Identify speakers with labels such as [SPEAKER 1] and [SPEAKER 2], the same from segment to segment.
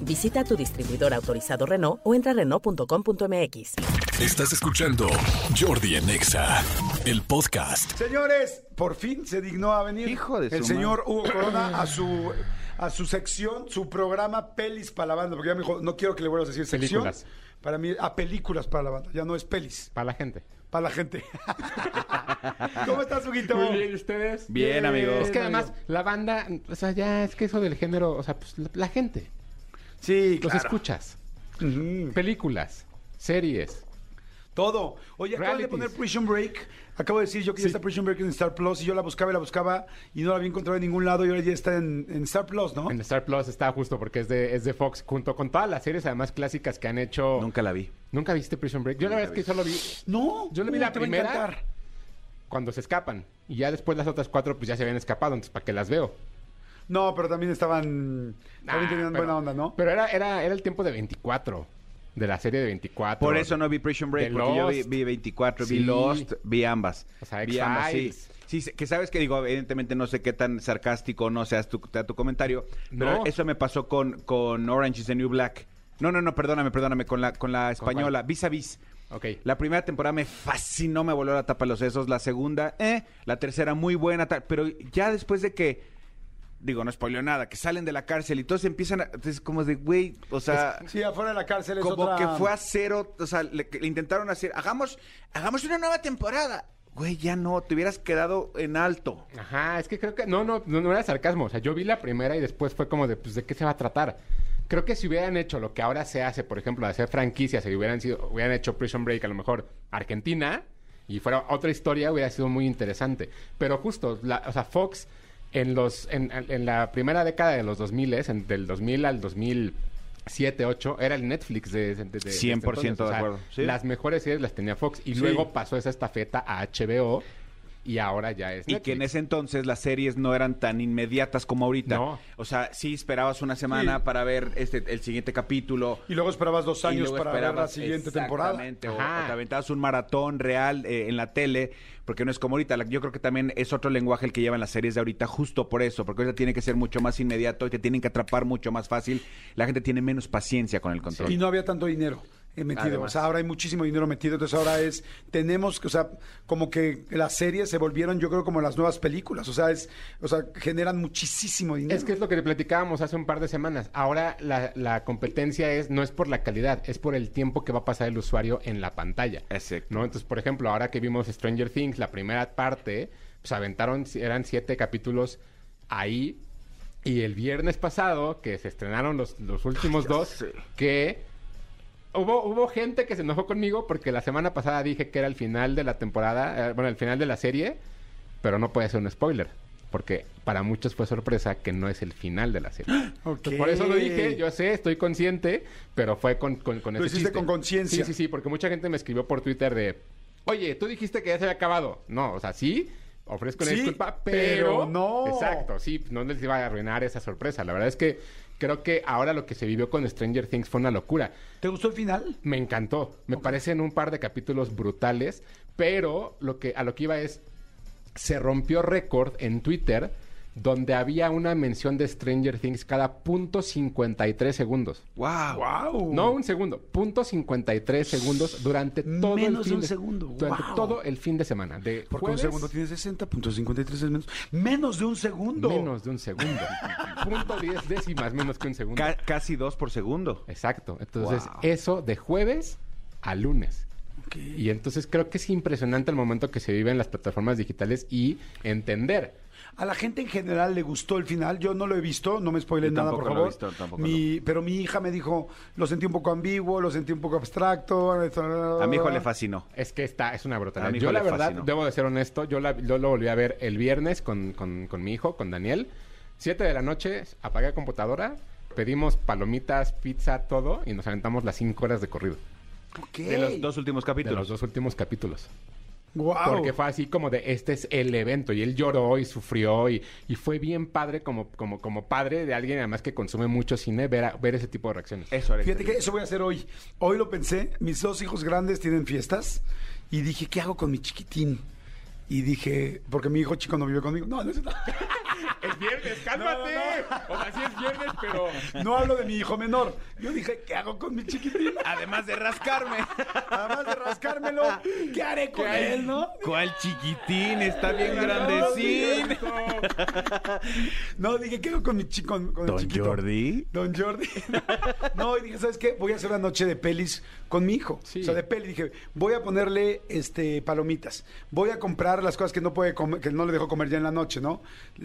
[SPEAKER 1] Visita tu distribuidor autorizado Renault o entra a Renault.com.mx.
[SPEAKER 2] Estás escuchando Jordi en Exa, el podcast.
[SPEAKER 3] Señores, por fin se dignó a venir
[SPEAKER 4] Hijo de
[SPEAKER 3] el
[SPEAKER 4] su
[SPEAKER 3] señor Hugo Corona a su a su sección, su programa Pelis para la banda, porque ya me dijo, no quiero que le vuelvas a decir sección.
[SPEAKER 4] Películas.
[SPEAKER 3] Para mí, a películas para la banda, ya no es pelis,
[SPEAKER 4] Para la gente.
[SPEAKER 3] para la gente. ¿Cómo estás, Huguito?
[SPEAKER 4] ¿ustedes?
[SPEAKER 5] Bien, amigos.
[SPEAKER 4] Es que además, la banda, o sea, ya es que eso del género, o sea, pues la, la gente,
[SPEAKER 3] Sí,
[SPEAKER 4] los
[SPEAKER 3] claro.
[SPEAKER 4] escuchas,
[SPEAKER 3] Ujú.
[SPEAKER 4] películas, series.
[SPEAKER 3] Todo. Oye, acabas de
[SPEAKER 4] Realities.
[SPEAKER 3] poner Prison Break. Acabo de decir yo que ya está Prison Break en Star Plus y yo la buscaba y la buscaba y no la había encontrado en ningún lado y ahora ya está en, en Star Plus, ¿no?
[SPEAKER 4] En Star Plus está justo porque es de, es de Fox, junto con todas las series además clásicas que han hecho.
[SPEAKER 5] Nunca la vi.
[SPEAKER 4] ¿Nunca viste Prison Break. Yo la verdad es que solo vi
[SPEAKER 3] No.
[SPEAKER 4] Yo le vi
[SPEAKER 3] no,
[SPEAKER 4] la
[SPEAKER 3] te va a
[SPEAKER 4] primera.
[SPEAKER 3] encantar.
[SPEAKER 4] cuando se escapan. Y ya después las otras cuatro, pues ya se habían escapado, entonces ¿para qué las veo?
[SPEAKER 3] No, pero también estaban. También
[SPEAKER 4] Ah,
[SPEAKER 3] tenían
[SPEAKER 4] pero-
[SPEAKER 3] buena onda, ¿no?
[SPEAKER 4] Pero era, era, era el tiempo de 24, de la serie de 24.
[SPEAKER 5] Por eso no vi Prison Break,
[SPEAKER 4] de
[SPEAKER 5] porque yo vi,
[SPEAKER 4] Lost.
[SPEAKER 5] vi 24,
[SPEAKER 4] Sí.
[SPEAKER 5] vi Lost, vi ambas.
[SPEAKER 4] O sea,
[SPEAKER 5] vi ambas, sí.
[SPEAKER 4] X-Files.
[SPEAKER 5] Sí, sé- que sabes que digo, evidentemente no sé qué tan sarcástico no seas tu, sea tu comentario, pero
[SPEAKER 4] No.
[SPEAKER 5] eso me pasó con, con Orange is the New Black. No, no, no, perdóname, perdóname, con la, con la
[SPEAKER 4] ¿Con cuál?
[SPEAKER 5] española, vis a vis.
[SPEAKER 4] Ok.
[SPEAKER 5] La primera temporada me fascinó, me voló la tapa de los sesos. La segunda, eh. La tercera, muy buena. tal. Pero ya después de que, digo, no spoileo nada, que salen de la cárcel y todos empiezan a. Es como de, güey, o sea.
[SPEAKER 3] Sí, afuera de la cárcel es
[SPEAKER 5] como
[SPEAKER 3] otra-
[SPEAKER 5] que fue a cero. O sea, le, le intentaron hacer. Hagamos, hagamos una nueva temporada. Güey, ya no, te hubieras quedado en alto.
[SPEAKER 4] Ajá, es que creo que. No, no, no, no era sarcasmo. O sea, yo vi la primera y después fue como de, pues, ¿de qué se va a tratar? Creo que si hubieran hecho lo que ahora se hace, por ejemplo, de hacer franquicias y hubieran sido, hubieran hecho Prison Break a lo mejor Argentina y fuera otra historia, hubiera sido muy interesante. Pero justo, la- o sea, Fox en los en, en- en la primera década de los 2000, en, del 2000 al 2007, 8, era el Netflix de... de- de- de
[SPEAKER 5] 100% de acuerdo, sí.
[SPEAKER 4] Las mejores series las tenía Fox y
[SPEAKER 5] Sí.
[SPEAKER 4] luego pasó esa estafeta a HBO y ahora ya es...
[SPEAKER 5] Y que en
[SPEAKER 4] Netflix.
[SPEAKER 5] ese entonces las series no eran tan inmediatas como ahorita.
[SPEAKER 4] No.
[SPEAKER 5] O sea, sí esperabas una semana para ver este, el siguiente capítulo.
[SPEAKER 3] Y luego esperabas dos
[SPEAKER 5] Y
[SPEAKER 3] años
[SPEAKER 5] luego
[SPEAKER 3] para ver la
[SPEAKER 5] esperabas-
[SPEAKER 3] siguiente temporada.
[SPEAKER 5] Exactamente, o,
[SPEAKER 4] Ajá.
[SPEAKER 5] o te aventabas un maratón real eh, en la tele, porque no es como ahorita. la- Yo creo que también es otro lenguaje el que llevan las series de ahorita, justo por eso, porque ahorita tiene que ser mucho más inmediato y te tienen que atrapar mucho más fácil. La gente tiene menos paciencia con el control.
[SPEAKER 3] Y no había tanto dinero eh, metido. O sea, ahora hay muchísimo dinero metido. Entonces ahora es, tenemos que, o sea, como que las series se volvieron, yo creo, como las nuevas películas. O sea, es, o sea, generan muchísimo dinero.
[SPEAKER 4] Es que es lo que le platicábamos hace un par de semanas. Ahora la, la competencia es no es por la calidad, es por el tiempo que va a pasar el usuario en la pantalla.
[SPEAKER 5] Exacto.
[SPEAKER 4] ¿no? Entonces, por ejemplo, ahora que vimos Stranger Things, la primera parte, pues aventaron, eran siete capítulos ahí. Y el viernes pasado, que se estrenaron los, los últimos dos, que hubo, hubo gente que se enojó conmigo porque la semana pasada dije que era el final de la temporada, eh, bueno, el final de la serie, pero no puede ser un spoiler. Porque para muchos fue sorpresa que no es el final de la serie. Entonces, Por eso lo dije, yo sé, estoy consciente, pero fue con, con, con
[SPEAKER 3] Lo
[SPEAKER 4] ese
[SPEAKER 3] hiciste
[SPEAKER 4] chiste.
[SPEAKER 3] con conciencia.
[SPEAKER 4] Sí, sí, sí, porque mucha gente me escribió por Twitter de, oye, tú dijiste que ya se había acabado. No, o sea, sí, ofrezco una
[SPEAKER 3] Sí,
[SPEAKER 4] disculpa,
[SPEAKER 3] pero
[SPEAKER 4] pero...
[SPEAKER 3] no.
[SPEAKER 4] Exacto, sí, no les iba a arruinar esa sorpresa. La verdad es que creo que ahora lo que se vivió con Stranger Things fue una locura.
[SPEAKER 3] ¿Te gustó el final?
[SPEAKER 4] Me encantó. Me parecen un par de capítulos brutales, pero lo que, a lo que iba es, se rompió récord en Twitter donde había una mención de Stranger Things cada punto 53 segundos.
[SPEAKER 5] ¡Wow!
[SPEAKER 3] ¡Wow!
[SPEAKER 4] Ah, No un segundo, punto 53 segundos durante todo el
[SPEAKER 3] Menos de
[SPEAKER 4] fin
[SPEAKER 3] un segundo,
[SPEAKER 4] Durante
[SPEAKER 3] wow.
[SPEAKER 4] todo el fin de semana. De
[SPEAKER 3] Porque
[SPEAKER 4] jueves,
[SPEAKER 3] un segundo tiene 60.53 es menos. Menos de un segundo.
[SPEAKER 4] menos de un segundo. punto 10 décimas menos que un segundo.
[SPEAKER 5] Ca- casi dos por segundo.
[SPEAKER 4] Exacto. Entonces,
[SPEAKER 5] Wow.
[SPEAKER 4] eso de jueves a lunes.
[SPEAKER 3] Ok.
[SPEAKER 4] Y entonces creo que es impresionante el momento que se vive en las plataformas digitales y entender.
[SPEAKER 3] A la gente en general le gustó el final. Yo no lo he visto, no me spoilen
[SPEAKER 5] Yo
[SPEAKER 3] nada, por
[SPEAKER 5] tampoco
[SPEAKER 3] favor.
[SPEAKER 5] lo he visto, tampoco
[SPEAKER 3] Mi- Pero mi hija me dijo, lo sentí un poco ambiguo, lo sentí un poco abstracto.
[SPEAKER 5] A mi hijo le fascinó.
[SPEAKER 4] Es que esta es una
[SPEAKER 5] A
[SPEAKER 4] brutalidad.
[SPEAKER 5] mi
[SPEAKER 4] Yo
[SPEAKER 5] hijo
[SPEAKER 4] la
[SPEAKER 5] le
[SPEAKER 4] verdad,
[SPEAKER 5] fascinó.
[SPEAKER 4] debo de ser honesto, yo, la- yo lo volví a ver el viernes con, con- con mi hijo, con Daniel. Siete de la noche, apagué la computadora, pedimos palomitas, pizza, todo y nos aventamos las cinco horas de corrido.
[SPEAKER 3] Ok.
[SPEAKER 5] De los dos últimos
[SPEAKER 4] de los
[SPEAKER 5] capítulos.
[SPEAKER 4] dos últimos capítulos.
[SPEAKER 3] Guau.
[SPEAKER 4] Porque fue así como de este es el evento. Y él lloró y sufrió. Y, y fue bien padre como, como, como padre de alguien además que consume mucho cine ver, a- ver ese tipo de reacciones.
[SPEAKER 5] Eso, Alex.
[SPEAKER 3] Fíjate que eso voy a hacer hoy. Hoy lo pensé, mis dos hijos grandes tienen fiestas y dije, ¿qué hago con mi chiquitín? Y dije, porque mi hijo chico no vive conmigo. No, no, es-
[SPEAKER 4] Es viernes, cálmate. O sea, sí es viernes, pero.
[SPEAKER 3] no hablo de mi hijo menor. Yo dije, ¿qué hago con mi chiquitín?
[SPEAKER 5] Además de rascarme.
[SPEAKER 3] Además de rascármelo, ¿qué haré con
[SPEAKER 5] hay?
[SPEAKER 3] él, no?
[SPEAKER 5] ¿Cuál chiquitín? Está bien
[SPEAKER 3] grandecín.
[SPEAKER 5] grandecín.
[SPEAKER 3] No, dije, ¿qué hago con mi chico? Con el
[SPEAKER 5] Don
[SPEAKER 3] chiquito?
[SPEAKER 5] Jordi.
[SPEAKER 3] Don Jordi. No, y dije, ¿sabes qué? Voy a hacer una noche de pelis con mi hijo.
[SPEAKER 4] Sí.
[SPEAKER 3] O sea, de peli. Dije, voy a ponerle este palomitas. Voy a comprar las cosas que no puede comer, que no le dejo comer ya en la noche, ¿no?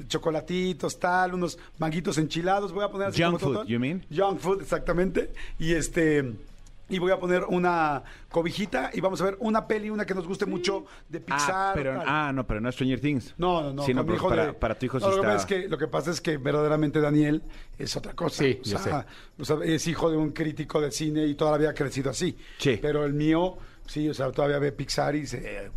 [SPEAKER 3] Chocolatitos, tal, unos manguitos enchilados. Voy a poner así como
[SPEAKER 5] Junk food,
[SPEAKER 3] todo.
[SPEAKER 5] you mean?
[SPEAKER 3] Junk food, exactamente. Y este. Y voy a poner una cobijita y vamos a ver una peli, una que nos guste mucho de Pixar.
[SPEAKER 5] Ah, pero,
[SPEAKER 3] tal.
[SPEAKER 5] ah, no, pero no es Stranger Things.
[SPEAKER 3] No, no, no.
[SPEAKER 5] Sí,
[SPEAKER 3] con mi
[SPEAKER 5] pero
[SPEAKER 3] hijo
[SPEAKER 5] para,
[SPEAKER 3] de-
[SPEAKER 5] para tu hijo
[SPEAKER 3] No, lo,
[SPEAKER 5] sí
[SPEAKER 3] que
[SPEAKER 5] está.
[SPEAKER 3] pasa es que, lo que pasa es que verdaderamente Daniel es otra cosa.
[SPEAKER 4] Sí,
[SPEAKER 3] o
[SPEAKER 4] yo
[SPEAKER 3] sea, o sea, es hijo de un crítico de cine y todavía ha crecido así.
[SPEAKER 5] Sí.
[SPEAKER 3] Pero el mío, sí, o sea, todavía ve Pixar y se,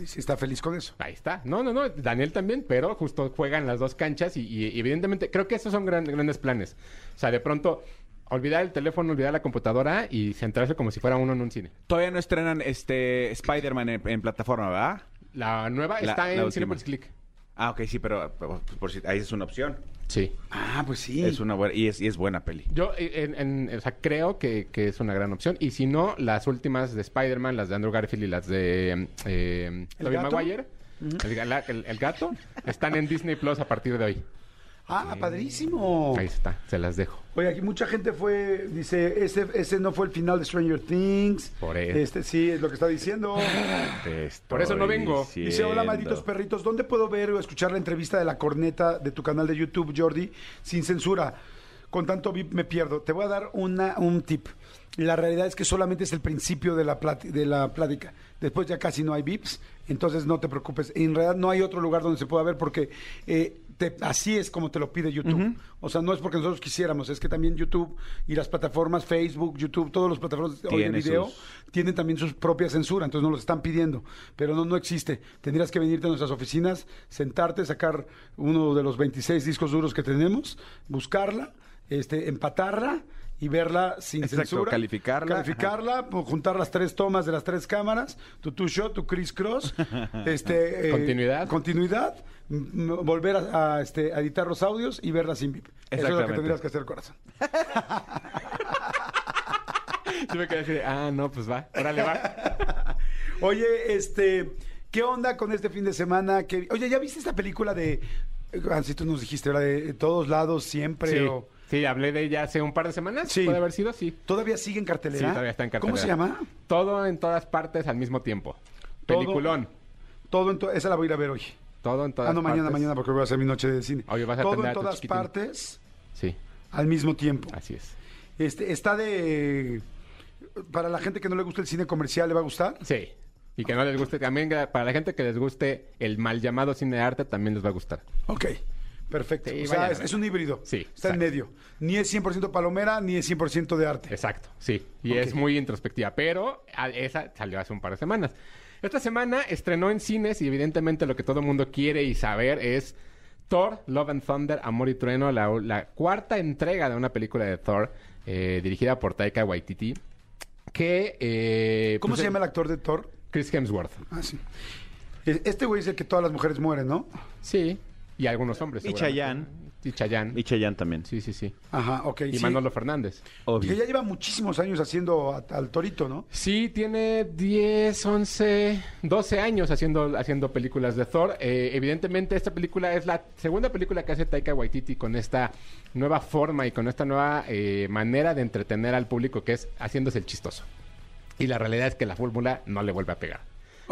[SPEAKER 3] y sí está feliz con eso.
[SPEAKER 4] Ahí está. No, no, no. Daniel también, pero justo juegan las dos canchas y, y evidentemente creo que esos son gran- grandes planes. O sea, de pronto olvidar el teléfono, olvidar la computadora y centrarse como si fuera uno en un cine.
[SPEAKER 5] Todavía no estrenan este Spider-Man en, en plataforma, ¿verdad?
[SPEAKER 4] La nueva
[SPEAKER 5] La-
[SPEAKER 4] está
[SPEAKER 5] la
[SPEAKER 4] en
[SPEAKER 5] última.
[SPEAKER 4] Cinepolis Click.
[SPEAKER 5] Ah, ok, sí, pero pero, pues, por si- ahí es una opción.
[SPEAKER 4] Sí.
[SPEAKER 3] Ah, pues sí.
[SPEAKER 5] Es una buena, y es, y es buena peli.
[SPEAKER 4] Yo eh, en- en- o sea, creo que, que es una gran opción. Y si no, las últimas de Spider-Man, las de Andrew Garfield y las de eh,
[SPEAKER 3] ¿El
[SPEAKER 4] Tobey
[SPEAKER 3] gato?
[SPEAKER 4] Maguire, el, ga- la- el- el gato, están en Disney Plus a partir de hoy.
[SPEAKER 3] Ah, padrísimo.
[SPEAKER 4] Ahí está, se las dejo.
[SPEAKER 3] Oye, aquí mucha gente fue, dice, ese, ese no fue el final de Stranger Things.
[SPEAKER 4] Por eso.
[SPEAKER 3] Este sí, es lo que está diciendo.
[SPEAKER 4] Por eso no vengo.
[SPEAKER 3] Dice, hola malditos perritos, ¿dónde puedo ver o escuchar la entrevista de la corneta de tu canal de YouTube, Jordi, sin censura? Con tanto VIP me pierdo. Te voy a dar una, un tip. La realidad es que solamente es el principio de la, plati- de la plática. Después ya casi no hay VIPs, entonces no te preocupes. En realidad no hay otro lugar donde se pueda ver porque eh, te- así es como te lo pide YouTube. O sea, no es porque nosotros quisiéramos, es que también YouTube y las plataformas Facebook, YouTube, todas las plataformas hoy de
[SPEAKER 5] Tiene
[SPEAKER 3] video
[SPEAKER 5] sus-
[SPEAKER 3] tienen también sus propia censura, entonces no los están pidiendo, pero no, no existe. Tendrías que venirte a nuestras oficinas, sentarte, sacar uno de los 26 discos duros que tenemos, buscarla, este, empatarla y verla sin
[SPEAKER 5] Exacto,
[SPEAKER 3] censura.
[SPEAKER 5] calificarla.
[SPEAKER 3] Calificarla, pu- juntar las tres tomas de las tres cámaras, tu two shot, tu criss cross, este,
[SPEAKER 4] Continuidad.
[SPEAKER 3] Continuidad. m- m- Volver a, a, este, a editar los audios y verla sin VIP. Eso es lo que
[SPEAKER 5] Exactamente.
[SPEAKER 3] tendrías que hacer, corazón.
[SPEAKER 4] Yo me quedé así de, ah, no, pues va, órale, va.
[SPEAKER 3] Oye, este, ¿qué onda con este fin de semana? ¿Qué- Oye, ¿ya viste esta película de Así tú nos dijiste, ¿verdad? De eh, todos lados siempre.
[SPEAKER 4] Sí,
[SPEAKER 3] o-
[SPEAKER 4] sí, hablé de ella hace un par de semanas.
[SPEAKER 3] Sí.
[SPEAKER 4] Puede haber sido, sí.
[SPEAKER 3] ¿Todavía sigue en cartelera?
[SPEAKER 4] Sí, todavía está en cartelera.
[SPEAKER 3] ¿Cómo se llama?
[SPEAKER 4] Todo en todas partes al mismo tiempo.
[SPEAKER 3] Todo-
[SPEAKER 4] Peliculón.
[SPEAKER 3] Todo en to- esa la voy a ir a ver hoy.
[SPEAKER 4] Todo en todas
[SPEAKER 3] Ah, no, mañana,
[SPEAKER 4] partes.
[SPEAKER 3] mañana, porque voy a hacer mi noche de cine.
[SPEAKER 4] Oye, vas a
[SPEAKER 3] Todo
[SPEAKER 4] atender
[SPEAKER 3] en
[SPEAKER 4] a tu
[SPEAKER 3] todas
[SPEAKER 4] chiquitín.
[SPEAKER 3] partes
[SPEAKER 4] Sí,
[SPEAKER 3] al mismo tiempo.
[SPEAKER 4] así es.
[SPEAKER 3] Este, está de. Para la gente que no le gusta el cine comercial, ¿le va a gustar?
[SPEAKER 4] Sí. Y que no les guste también, para la gente que les guste el mal llamado cine de arte, también les va a gustar.
[SPEAKER 3] Ok, perfecto.
[SPEAKER 4] Sí,
[SPEAKER 3] o sea,
[SPEAKER 4] vayan a
[SPEAKER 3] es,
[SPEAKER 4] ver.
[SPEAKER 3] es un híbrido.
[SPEAKER 4] Sí,
[SPEAKER 3] Está en
[SPEAKER 4] exacto.
[SPEAKER 3] medio. Ni es 100% palomera, ni es 100% de arte.
[SPEAKER 4] Exacto, sí. Y
[SPEAKER 3] Ok.
[SPEAKER 4] es muy introspectiva, pero a- esa salió hace un par de semanas. Esta semana estrenó en cines y evidentemente lo que todo el mundo quiere y saber es Thor, Love and Thunder, Amor y Trueno, la, la cuarta entrega de una película de Thor eh, dirigida por Taika Waititi, que... eh,
[SPEAKER 3] ¿Cómo
[SPEAKER 4] pues,
[SPEAKER 3] se
[SPEAKER 4] eh,
[SPEAKER 3] llama el actor de Thor?
[SPEAKER 4] Chris Hemsworth.
[SPEAKER 3] Ah, sí. E- Este güey es el que todas las mujeres mueren, ¿no?
[SPEAKER 4] Sí. Y algunos hombres.
[SPEAKER 5] Y
[SPEAKER 4] seguramente.
[SPEAKER 5] Chayanne.
[SPEAKER 4] Y Chayanne.
[SPEAKER 5] Y Chayanne también.
[SPEAKER 4] Sí, sí, sí.
[SPEAKER 3] Ajá, ok.
[SPEAKER 4] Y
[SPEAKER 3] sí.
[SPEAKER 4] Manolo Fernández.
[SPEAKER 3] Que ya lleva muchísimos años haciendo a- al torito, ¿no?
[SPEAKER 4] Sí, tiene 10, 11, 12 años haciendo, haciendo películas de Thor. Eh, evidentemente, esta película es la segunda película que hace Taika Waititi con esta nueva forma y con esta nueva eh, manera de entretener al público, que es haciéndose el chistoso. Y la realidad es que la fórmula no le vuelve a pegar.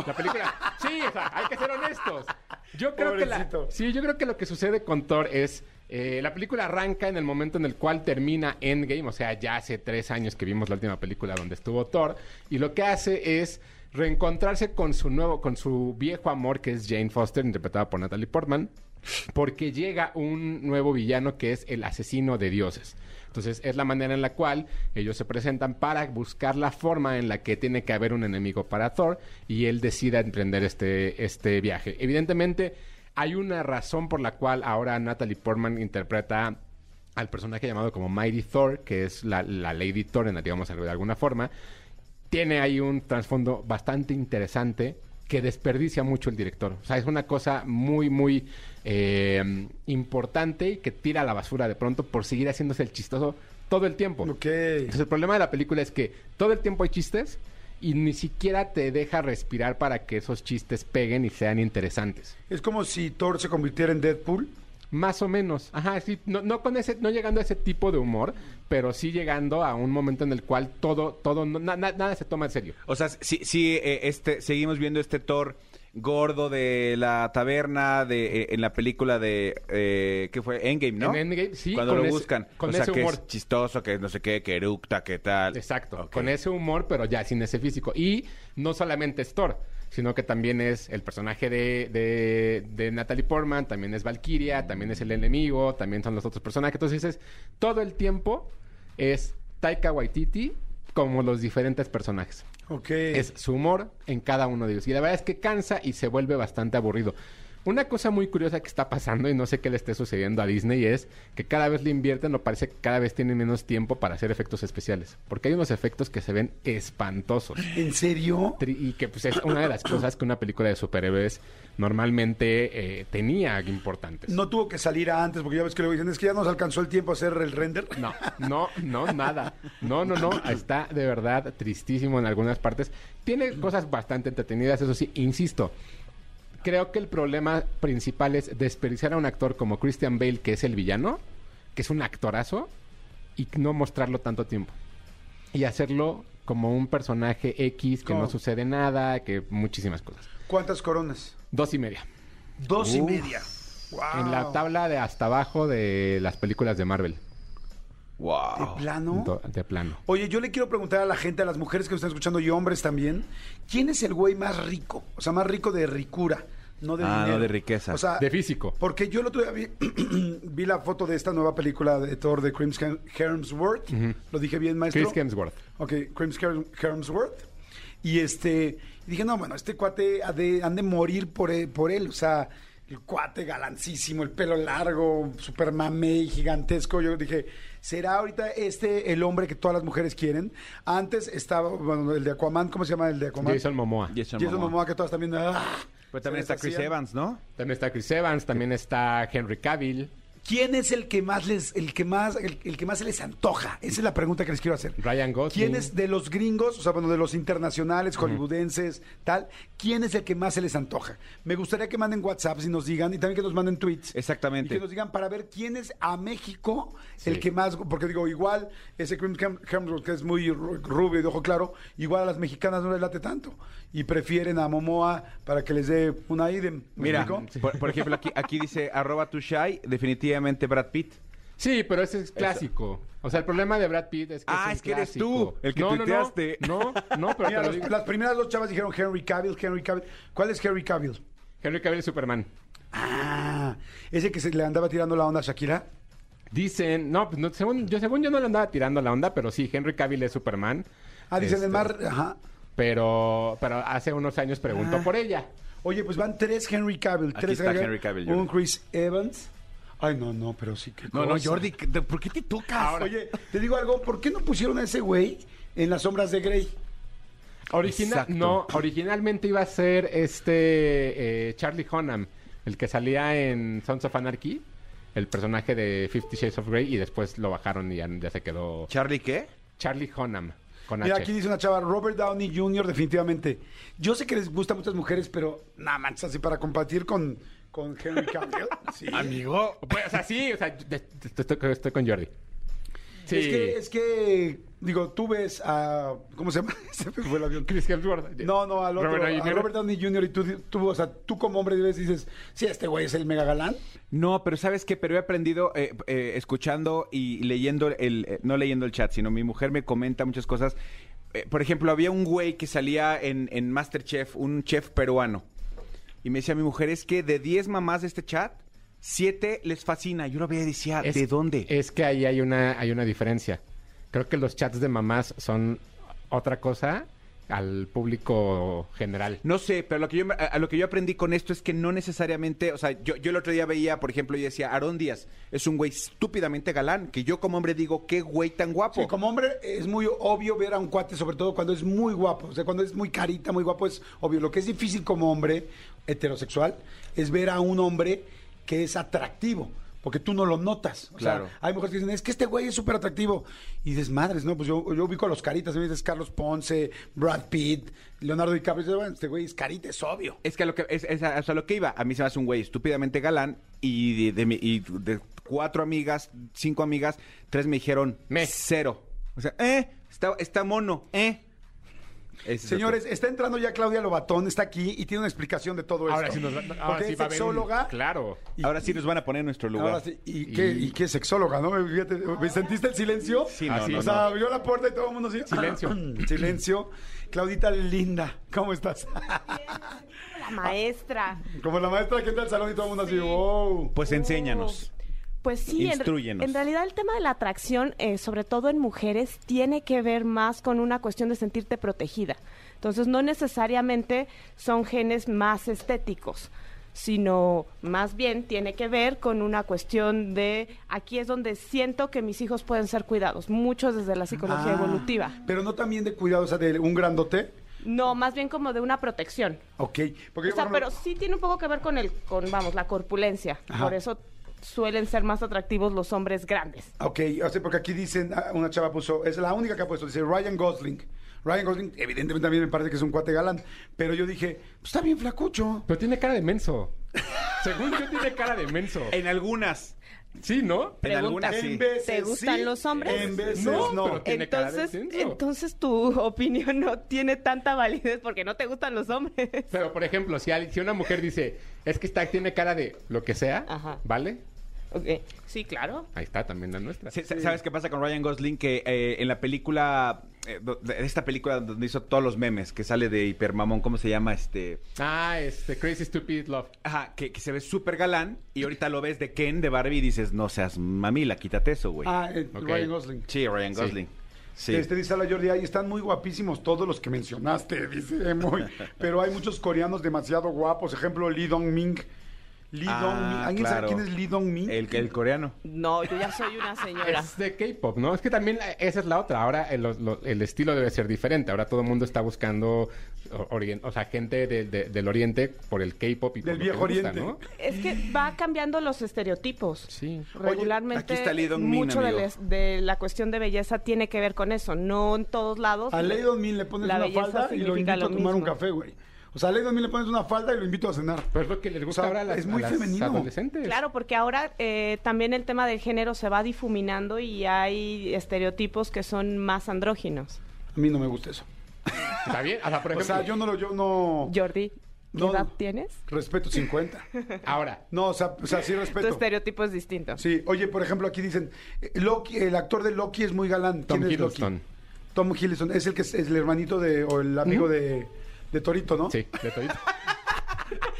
[SPEAKER 4] La película. Sí, o sea, hay que ser honestos. Yo creo que la,
[SPEAKER 3] Pobrecito.
[SPEAKER 4] Sí, yo creo que lo que sucede con Thor es. eh, la película arranca en el momento en el cual termina Endgame, o sea, ya hace tres años que vimos la última película donde estuvo Thor, y lo que hace es reencontrarse con su nuevo, con su viejo amor que es Jane Foster, interpretada por Natalie Portman, porque llega un nuevo villano que es el asesino de dioses. Entonces es la manera en la cual ellos se presentan para buscar la forma en la que tiene que haber un enemigo para Thor y él decida emprender este, este viaje. Evidentemente hay una razón por la cual ahora Natalie Portman interpreta al personaje llamado como Mighty Thor, que es la, la Lady Thor, en la que vamos a ver de alguna forma, tiene ahí un trasfondo bastante interesante que desperdicia mucho el director. O sea, es una cosa muy, muy eh, importante y que tira a la basura de pronto por seguir haciéndose el chistoso todo el tiempo.
[SPEAKER 3] Ok.
[SPEAKER 4] Entonces, el problema de la película es que todo el tiempo hay chistes y ni siquiera te deja respirar para que esos chistes peguen y sean interesantes.
[SPEAKER 3] Es como si Thor se convirtiera en Deadpool.
[SPEAKER 4] Más o menos. Ajá, sí, no, no con ese, no llegando a ese tipo de humor, pero sí llegando a un momento en el cual todo, todo, no- na- na- nada se toma en serio.
[SPEAKER 5] O sea, si, si eh, este, seguimos viendo este Thor gordo de la taberna de eh, en la película de eh, qué fue Endgame, ¿no?
[SPEAKER 4] En Endgame, sí,
[SPEAKER 5] Cuando
[SPEAKER 4] con
[SPEAKER 5] lo
[SPEAKER 4] ese-
[SPEAKER 5] buscan,
[SPEAKER 4] con
[SPEAKER 5] o sea,
[SPEAKER 4] ese
[SPEAKER 5] que es
[SPEAKER 4] humor.
[SPEAKER 5] chistoso, que no sé qué, que eructa, que tal.
[SPEAKER 4] Exacto,
[SPEAKER 5] Ok.
[SPEAKER 4] con ese humor, pero ya sin ese físico. Y no solamente es Thor, sino que también es el personaje de, de- de Natalie Portman, también es Valkyria, también es el enemigo, también son los otros personajes. Entonces es todo el tiempo es Taika Waititi como los diferentes personajes.
[SPEAKER 3] Ok.
[SPEAKER 4] es su humor en cada uno de ellos. Y la verdad es que cansa y se vuelve bastante aburrido. Una cosa muy curiosa que está pasando y no sé qué le esté sucediendo a Disney es que cada vez le invierten o parece que cada vez tienen menos tiempo para hacer efectos especiales. Porque hay unos efectos que se ven espantosos.
[SPEAKER 3] ¿En serio?
[SPEAKER 4] Tri- Y que pues es una de las cosas que una película de superhéroes normalmente eh, tenía importantes.
[SPEAKER 3] No tuvo que salir antes, porque ya ves que luego dicen, es que ya nos alcanzó el tiempo a hacer el render.
[SPEAKER 4] No, no, no, nada. No, no, no. Está de verdad tristísimo en algunas partes. Tiene cosas bastante entretenidas, eso sí, insisto. Creo que el problema principal es desperdiciar a un actor como Christian Bale, que es el villano, que es un actorazo, y no mostrarlo tanto tiempo. Y hacerlo como un personaje X, que no
[SPEAKER 3] ¿Cómo?
[SPEAKER 4] sucede nada, que muchísimas cosas.
[SPEAKER 3] ¿Cuántas coronas?
[SPEAKER 4] Dos y media.
[SPEAKER 3] Dos y media. Wow.
[SPEAKER 4] En la tabla de hasta abajo de las películas de Marvel.
[SPEAKER 3] ¿De
[SPEAKER 5] Wow.
[SPEAKER 3] plano?
[SPEAKER 4] Do- De plano.
[SPEAKER 3] Oye, yo le quiero preguntar a la gente, a las mujeres que me están escuchando y hombres también, ¿quién es el güey más rico? O sea, más rico de ricura, no de
[SPEAKER 5] Ah, no
[SPEAKER 3] dinero.
[SPEAKER 5] de riqueza.
[SPEAKER 3] O sea,
[SPEAKER 4] De físico.
[SPEAKER 3] Porque yo el otro día vi, vi la foto de esta nueva película de Thor de Crims Hemsworth. Lo dije bien, maestro.
[SPEAKER 4] Chris Hemsworth.
[SPEAKER 3] Ok, Crims Hemsworth. Y este, y dije, no, bueno, este cuate ha de, han de morir por él, por él. O sea, el cuate galancísimo, el pelo largo, super mamey, gigantesco. Yo dije, ¿será ahorita este el hombre que todas las mujeres quieren? Antes estaba, bueno, el de Aquaman, ¿cómo se llama el de Aquaman?
[SPEAKER 4] Jason Momoa.
[SPEAKER 5] Jason
[SPEAKER 3] Jason
[SPEAKER 5] Momoa.
[SPEAKER 3] Momoa, que todas también. ¡ah!
[SPEAKER 5] Pero también
[SPEAKER 3] Se
[SPEAKER 5] está Chris
[SPEAKER 3] deshacían.
[SPEAKER 5] Evans, ¿no?
[SPEAKER 4] También está Chris Evans, también está Henry Cavill,
[SPEAKER 3] ¿Quién es el que más les, el que más, el, el que más se les antoja? Esa es la pregunta que les quiero hacer.
[SPEAKER 4] Ryan Gosling.
[SPEAKER 3] ¿Quién es de los gringos, o sea, bueno, de los internacionales, hollywoodenses, tal? ¿Quién es el que más se les antoja? Me gustaría que manden WhatsApp y nos digan, y también que nos manden tweets.
[SPEAKER 5] Exactamente.
[SPEAKER 3] Y que nos digan para ver quién es a México
[SPEAKER 4] Sí.
[SPEAKER 3] el que más, porque digo, igual ese Chris Hem- Hemsworth que es muy ru- rubio y de ojo claro, igual a las mexicanas no les late tanto. Y prefieren a Momoa para que les dé una idem. ¿me
[SPEAKER 5] Mira,
[SPEAKER 3] explico?
[SPEAKER 5] por, por ejemplo, aquí, aquí dice arroba tu shy, definitivamente Brad Pitt.
[SPEAKER 4] Sí, pero ese es clásico. O sea, el problema de Brad Pitt es que
[SPEAKER 5] Ah,
[SPEAKER 4] un
[SPEAKER 5] es que eres
[SPEAKER 4] clásico.
[SPEAKER 5] tú, el que
[SPEAKER 4] no,
[SPEAKER 5] tuiteaste.
[SPEAKER 4] No, no, no,
[SPEAKER 3] Mira,
[SPEAKER 4] pero te lo
[SPEAKER 3] los-
[SPEAKER 4] digo.
[SPEAKER 3] las primeras dos chavas dijeron Henry Cavill, Henry Cavill. ¿Cuál es Henry Cavill?
[SPEAKER 4] Henry Cavill es Superman.
[SPEAKER 3] Ah, ese que se le andaba tirando la onda a Shakira.
[SPEAKER 4] Dicen, no, pues no, según, yo según yo no le andaba tirando la onda, pero sí, Henry Cavill es Superman.
[SPEAKER 3] Ah, dicen
[SPEAKER 4] Este,
[SPEAKER 3] el mar. Ajá.
[SPEAKER 4] Pero, pero hace unos años preguntó
[SPEAKER 5] Ah.
[SPEAKER 4] por ella.
[SPEAKER 3] Oye, pues van tres Henry Cavill,
[SPEAKER 5] Aquí
[SPEAKER 3] tres
[SPEAKER 5] está Henry Cavill, Jordi.
[SPEAKER 3] un Chris Evans. Ay, no, no, pero sí que.
[SPEAKER 5] ¿por qué te tocas?
[SPEAKER 3] Oye, te digo algo, ¿por qué no pusieron a ese güey en las sombras de Grey?
[SPEAKER 4] Original,
[SPEAKER 5] Exacto.
[SPEAKER 4] no, originalmente iba a ser este eh, Charlie Hunnam, el que salía en Sons of Anarchy, el personaje de Fifty Shades of Grey, y después lo bajaron y ya, ya se quedó
[SPEAKER 5] ¿Charlie qué?
[SPEAKER 4] Charlie Hunnam con
[SPEAKER 3] Mira,
[SPEAKER 4] H.
[SPEAKER 3] aquí dice una chava, Robert Downey Jr., definitivamente. Yo sé que les gustan muchas mujeres, pero nada manches, así para compartir con, con Henry Cavill. sí.
[SPEAKER 4] Amigo. Pues, o sea, sí, o sea, de- de- de- estoy, estoy con Jordi. Sí.
[SPEAKER 3] Es, que, es que, digo, tú ves a. ¿Cómo se llama? se me fue el avión.
[SPEAKER 4] Chris Hemsworth.
[SPEAKER 3] No, no, al otro,
[SPEAKER 4] Robert Downey
[SPEAKER 3] a
[SPEAKER 4] Jr..
[SPEAKER 3] Robert Downey Jr. y tú, di- tú, o sea, tú como hombre ves y dices, sí, este güey es el mega galán.
[SPEAKER 5] No, pero ¿sabes qué? Pero he aprendido eh, eh, escuchando y leyendo, el, eh, no leyendo el chat, sino mi mujer me comenta muchas cosas. Eh, por ejemplo, había un güey que salía en, en Masterchef, un chef peruano. Y me decía mi mujer, es que de 10 mamás de este chat, Siete les fascina. Yo lo veía y decía,
[SPEAKER 4] Es-
[SPEAKER 5] ¿de dónde?
[SPEAKER 4] Es que ahí hay una, hay una diferencia. Creo que los chats de mamás son otra cosa al público general.
[SPEAKER 5] No sé, pero lo que yo, me- a, a lo que yo aprendí con esto es que no necesariamente, o sea, yo, yo el otro día veía, por ejemplo, y decía, Aarón Díaz es un güey estúpidamente galán, que yo como hombre digo, qué güey tan guapo.
[SPEAKER 3] Sí, como hombre es muy obvio ver a un cuate, sobre todo cuando es muy guapo. O sea, cuando es muy carita, muy guapo, es obvio. Lo que es difícil como hombre heterosexual es ver a un hombre que es atractivo. Porque tú no lo notas. O
[SPEAKER 5] Claro.
[SPEAKER 3] sea, hay mujeres que dicen, es que este güey es súper atractivo. Y dices, madres, no, pues yo, yo ubico a los caritas. Me dices Carlos Ponce, Brad Pitt, Leonardo DiCaprio. Y dices, bueno, este güey es carita, es obvio.
[SPEAKER 5] Es que a lo que, es, es a, es a lo que iba, a mí se me hace un güey estúpidamente galán y de, de mi- y de cuatro amigas, cinco amigas, tres me dijeron,
[SPEAKER 4] Me.
[SPEAKER 5] cero. O sea, eh, está, está mono, eh. Ese es otro.
[SPEAKER 3] Señores, está entrando ya Claudia Lobatón, está aquí y tiene una explicación de todo
[SPEAKER 4] Ahora
[SPEAKER 3] esto.
[SPEAKER 4] sí nos va, ahora
[SPEAKER 3] Porque
[SPEAKER 4] sí
[SPEAKER 3] es
[SPEAKER 4] va a haber un-
[SPEAKER 3] sexóloga.
[SPEAKER 4] Claro.
[SPEAKER 3] y-
[SPEAKER 5] ahora sí nos van a poner en nuestro lugar.
[SPEAKER 3] Ahora sí, ¿y, qué, y qué sexóloga, ¿no? Fíjate, ¿Me sentiste el silencio?
[SPEAKER 5] Sí, no,
[SPEAKER 3] Ah,
[SPEAKER 5] no,
[SPEAKER 3] O sea, abrió la puerta y todo el mundo así.
[SPEAKER 4] Silencio.
[SPEAKER 3] silencio. Claudita linda, ¿cómo estás?
[SPEAKER 6] La maestra.
[SPEAKER 3] Como la maestra que entra al salón y todo el mundo así, wow.
[SPEAKER 5] Pues enséñanos.
[SPEAKER 3] Oh.
[SPEAKER 6] Pues sí, en,
[SPEAKER 5] Instrúyenos.
[SPEAKER 6] en realidad el tema de la atracción, eh, sobre todo en mujeres, tiene que ver más con una cuestión de sentirte protegida. Entonces, no necesariamente son genes más estéticos, sino más bien tiene que ver con una cuestión de aquí es donde siento que mis hijos pueden ser cuidados, muchos desde la psicología
[SPEAKER 3] Ah,
[SPEAKER 6] evolutiva.
[SPEAKER 3] Pero no también de cuidado, o sea, de un grandote.
[SPEAKER 6] No, más bien como de una protección.
[SPEAKER 3] Ok. Porque
[SPEAKER 6] O
[SPEAKER 3] yo,
[SPEAKER 6] sea,
[SPEAKER 3] por
[SPEAKER 6] pero
[SPEAKER 3] ejemplo,
[SPEAKER 6] sí tiene un poco que ver con el, con vamos, la corpulencia.
[SPEAKER 3] Ajá.
[SPEAKER 6] Por eso suelen ser más atractivos los hombres grandes.
[SPEAKER 3] Ok, o sea, porque aquí dicen, ah, una chava puso, es la única que ha puesto, dice Ryan Gosling. Ryan Gosling, evidentemente también me parece que es un cuate galán, pero yo dije, pues está bien flacucho.
[SPEAKER 4] Pero tiene cara de menso. Según yo, tiene cara de menso.
[SPEAKER 5] En algunas,
[SPEAKER 4] Sí, ¿no?
[SPEAKER 5] en algunas sí.
[SPEAKER 3] veces
[SPEAKER 6] ¿Te gustan los hombres?
[SPEAKER 3] En veces
[SPEAKER 4] No,
[SPEAKER 3] no.
[SPEAKER 4] pero- Tiene cara de
[SPEAKER 6] Entonces,
[SPEAKER 4] intenso.
[SPEAKER 6] entonces tu opinión no tiene tanta validez porque no te gustan los hombres.
[SPEAKER 4] Pero, por ejemplo, si, al- si una mujer dice, es que esta tiene cara de lo que sea,
[SPEAKER 6] Ajá.
[SPEAKER 4] ¿vale?
[SPEAKER 6] Ok. Sí, claro.
[SPEAKER 4] Ahí está también la nuestra.
[SPEAKER 5] Sí, ¿Sabes qué pasa con Ryan Gosling? Que eh, en la película, eh, do- de esta película donde hizo todos los memes, que sale de hipermamón, ¿cómo se llama? Este.
[SPEAKER 4] Ah, este, Crazy Stupid Love.
[SPEAKER 5] Ajá, que, que se ve súper galán y ahorita lo ves de Ken de Barbie y dices, no seas mamila, quítate eso, güey.
[SPEAKER 3] Ah, eh,
[SPEAKER 4] Ok.
[SPEAKER 3] Ryan Gosling.
[SPEAKER 5] sí, Ryan
[SPEAKER 4] sí.
[SPEAKER 5] Gosling. Sí.
[SPEAKER 3] Este dice la Jordi, ahí están muy guapísimos todos los que mencionaste, dice muy. Pero hay muchos coreanos demasiado guapos. Ejemplo, Lee Dong Ming. Lee
[SPEAKER 5] Ah,
[SPEAKER 3] Dong Ming. ¿Alguien
[SPEAKER 5] claro.
[SPEAKER 3] sabe quién es Lee Dong Ming?
[SPEAKER 5] El, el coreano.
[SPEAKER 6] No, yo ya soy una señora.
[SPEAKER 4] Es de K-pop, ¿no? Es que también la- esa es la otra. Ahora el, los- los- el estilo debe ser diferente. Ahora todo el mundo está buscando o- orien- o sea, gente de- de- del oriente por el K-pop y por
[SPEAKER 3] Del
[SPEAKER 4] lo que
[SPEAKER 3] viejo
[SPEAKER 4] le gusta,
[SPEAKER 3] oriente.
[SPEAKER 6] Es que va cambiando los estereotipos.
[SPEAKER 4] Sí.
[SPEAKER 6] Regularmente
[SPEAKER 5] aquí está Lee Dong-min,
[SPEAKER 6] mucho de,
[SPEAKER 5] amigo.
[SPEAKER 6] les- de la cuestión de belleza tiene que ver con eso, no en todos lados.
[SPEAKER 3] A Lee Dong Ming le pones
[SPEAKER 6] La
[SPEAKER 3] una
[SPEAKER 6] belleza
[SPEAKER 3] falda y lo invito
[SPEAKER 6] significa
[SPEAKER 3] a
[SPEAKER 6] lo
[SPEAKER 3] tomar un
[SPEAKER 6] mismo.
[SPEAKER 3] café, güey. O sea, a Lee Dong Ming le pones una falda y lo invito a cenar.
[SPEAKER 4] Pero es Pues lo que les gusta
[SPEAKER 3] O sea,
[SPEAKER 4] ahora a las,
[SPEAKER 3] es muy
[SPEAKER 4] a las
[SPEAKER 3] femenino.
[SPEAKER 4] adolescentes.
[SPEAKER 6] Claro, porque ahora eh, también el tema del género se va difuminando y hay estereotipos que son más andróginos.
[SPEAKER 3] A mí no me gusta eso.
[SPEAKER 4] Está bien. O sea, por
[SPEAKER 3] O
[SPEAKER 4] ejemplo,
[SPEAKER 3] sea, yo no lo, yo no.
[SPEAKER 6] Jordi, ¿qué
[SPEAKER 3] No.
[SPEAKER 6] edad tienes?
[SPEAKER 3] Respeto 50.
[SPEAKER 4] ahora,
[SPEAKER 3] No, o sea, o sea, sí
[SPEAKER 6] Tu
[SPEAKER 3] respeto.
[SPEAKER 6] estereotipo es distinto.
[SPEAKER 3] Sí, oye, por ejemplo, aquí dicen, eh, Loki, el actor de Loki es muy galán.
[SPEAKER 4] Tom
[SPEAKER 3] ¿Quién es Loki?
[SPEAKER 4] Hiddleston.
[SPEAKER 3] Tom Hiddleston, es el que es, es el hermanito de, o el amigo de, de Torito, ¿no?
[SPEAKER 4] sí, de todito.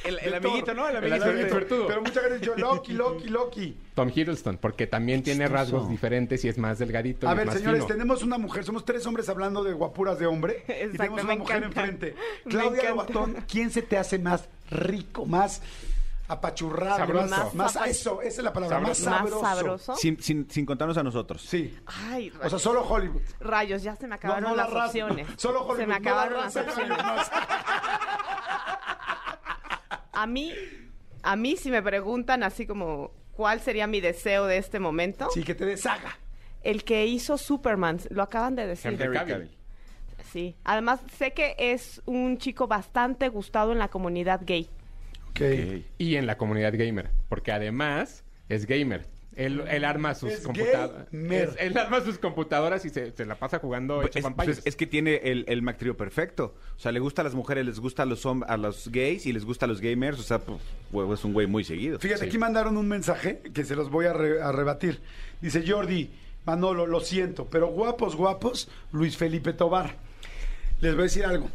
[SPEAKER 5] El,
[SPEAKER 3] De Thor.
[SPEAKER 5] amiguito, ¿no? El
[SPEAKER 4] El
[SPEAKER 5] amiguito.
[SPEAKER 4] amiguito.
[SPEAKER 5] de-
[SPEAKER 4] suertudo.
[SPEAKER 3] Pero mucha gente dice, Loki, Loki, Loki.
[SPEAKER 4] Tom Hiddleston, porque también tiene rasgos diferentes y es más delgadito.
[SPEAKER 3] A
[SPEAKER 4] y es
[SPEAKER 3] ver,
[SPEAKER 4] más
[SPEAKER 3] señores,
[SPEAKER 4] fino.
[SPEAKER 3] tenemos una mujer, somos tres hombres hablando de guapuras de hombre y
[SPEAKER 6] Exacto,
[SPEAKER 3] tenemos una
[SPEAKER 6] me
[SPEAKER 3] mujer
[SPEAKER 6] encanta.
[SPEAKER 3] enfrente.
[SPEAKER 6] Me
[SPEAKER 3] Claudia
[SPEAKER 6] encanta.
[SPEAKER 3] Batón, ¿quién se te hace más rico, más apachurrado,
[SPEAKER 4] Sabroso.
[SPEAKER 3] más, más-
[SPEAKER 6] Más
[SPEAKER 3] eso, esa es la palabra, más
[SPEAKER 6] Más
[SPEAKER 3] sabroso.
[SPEAKER 6] sabroso.
[SPEAKER 5] Sin, sin- sin contarnos a nosotros.
[SPEAKER 3] Sí.
[SPEAKER 6] Ay, rayos,
[SPEAKER 3] O sea, solo Hollywood.
[SPEAKER 6] rayos, ya se me acabaron
[SPEAKER 3] no la
[SPEAKER 6] las
[SPEAKER 3] raza.
[SPEAKER 6] opciones.
[SPEAKER 3] Solo Hollywood.
[SPEAKER 6] se me
[SPEAKER 3] no la
[SPEAKER 6] acabaron las
[SPEAKER 3] raza,
[SPEAKER 6] opciones.
[SPEAKER 3] sino más.
[SPEAKER 6] A mí, a mí si me preguntan así como cuál sería mi deseo de este momento,
[SPEAKER 3] Sí, que te deshaga.
[SPEAKER 6] el que hizo Superman, lo acaban de decir.
[SPEAKER 4] Henry
[SPEAKER 5] Henry
[SPEAKER 4] Cavill.
[SPEAKER 6] Sí. Además, sé que es un chico bastante gustado en la comunidad gay.
[SPEAKER 3] Ok.
[SPEAKER 5] Ok.
[SPEAKER 4] Y en la comunidad gamer, porque además es gamer. Él, él arma sus
[SPEAKER 3] Es
[SPEAKER 4] computadoras.
[SPEAKER 3] gamer.
[SPEAKER 4] Él arma sus computadoras y se, se la pasa jugando
[SPEAKER 5] Pues
[SPEAKER 4] hecho
[SPEAKER 5] Es,
[SPEAKER 4] vampires.
[SPEAKER 5] pues es que tiene el, el mactrío perfecto. O sea, le gusta a las mujeres, les gusta a los, hom- a los gays y les gusta a los gamers. O sea, pues, huevo, es un güey muy seguido.
[SPEAKER 3] Fíjate, aquí mandaron un mensaje que se los voy a, re- a rebatir. Dice Jordi, Manolo, lo siento, pero guapos, guapos, Luis Felipe Tobar. Les voy a decir algo.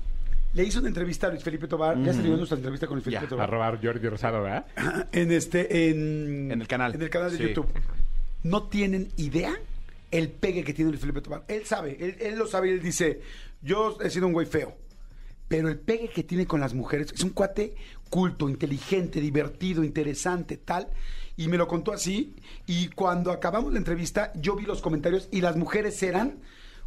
[SPEAKER 3] le hizo una entrevista a Luis Felipe Tobar. Ya se dio nuestra entrevista con Luis Felipe
[SPEAKER 4] Ya,
[SPEAKER 3] Tobar.
[SPEAKER 4] arroba Jordi Rosado, ¿verdad?
[SPEAKER 3] En este, en,
[SPEAKER 5] En el canal.
[SPEAKER 3] En el canal de
[SPEAKER 5] Sí.
[SPEAKER 3] YouTube. No tienen idea el pegue que tiene Luis Felipe Tobar. Él sabe, él, él lo sabe, él dice, yo he sido un güey feo. Pero el pegue que tiene con las mujeres es un cuate culto, inteligente, divertido, interesante, tal. Y me lo contó así. Y cuando acabamos la entrevista, yo vi los comentarios y las mujeres eran,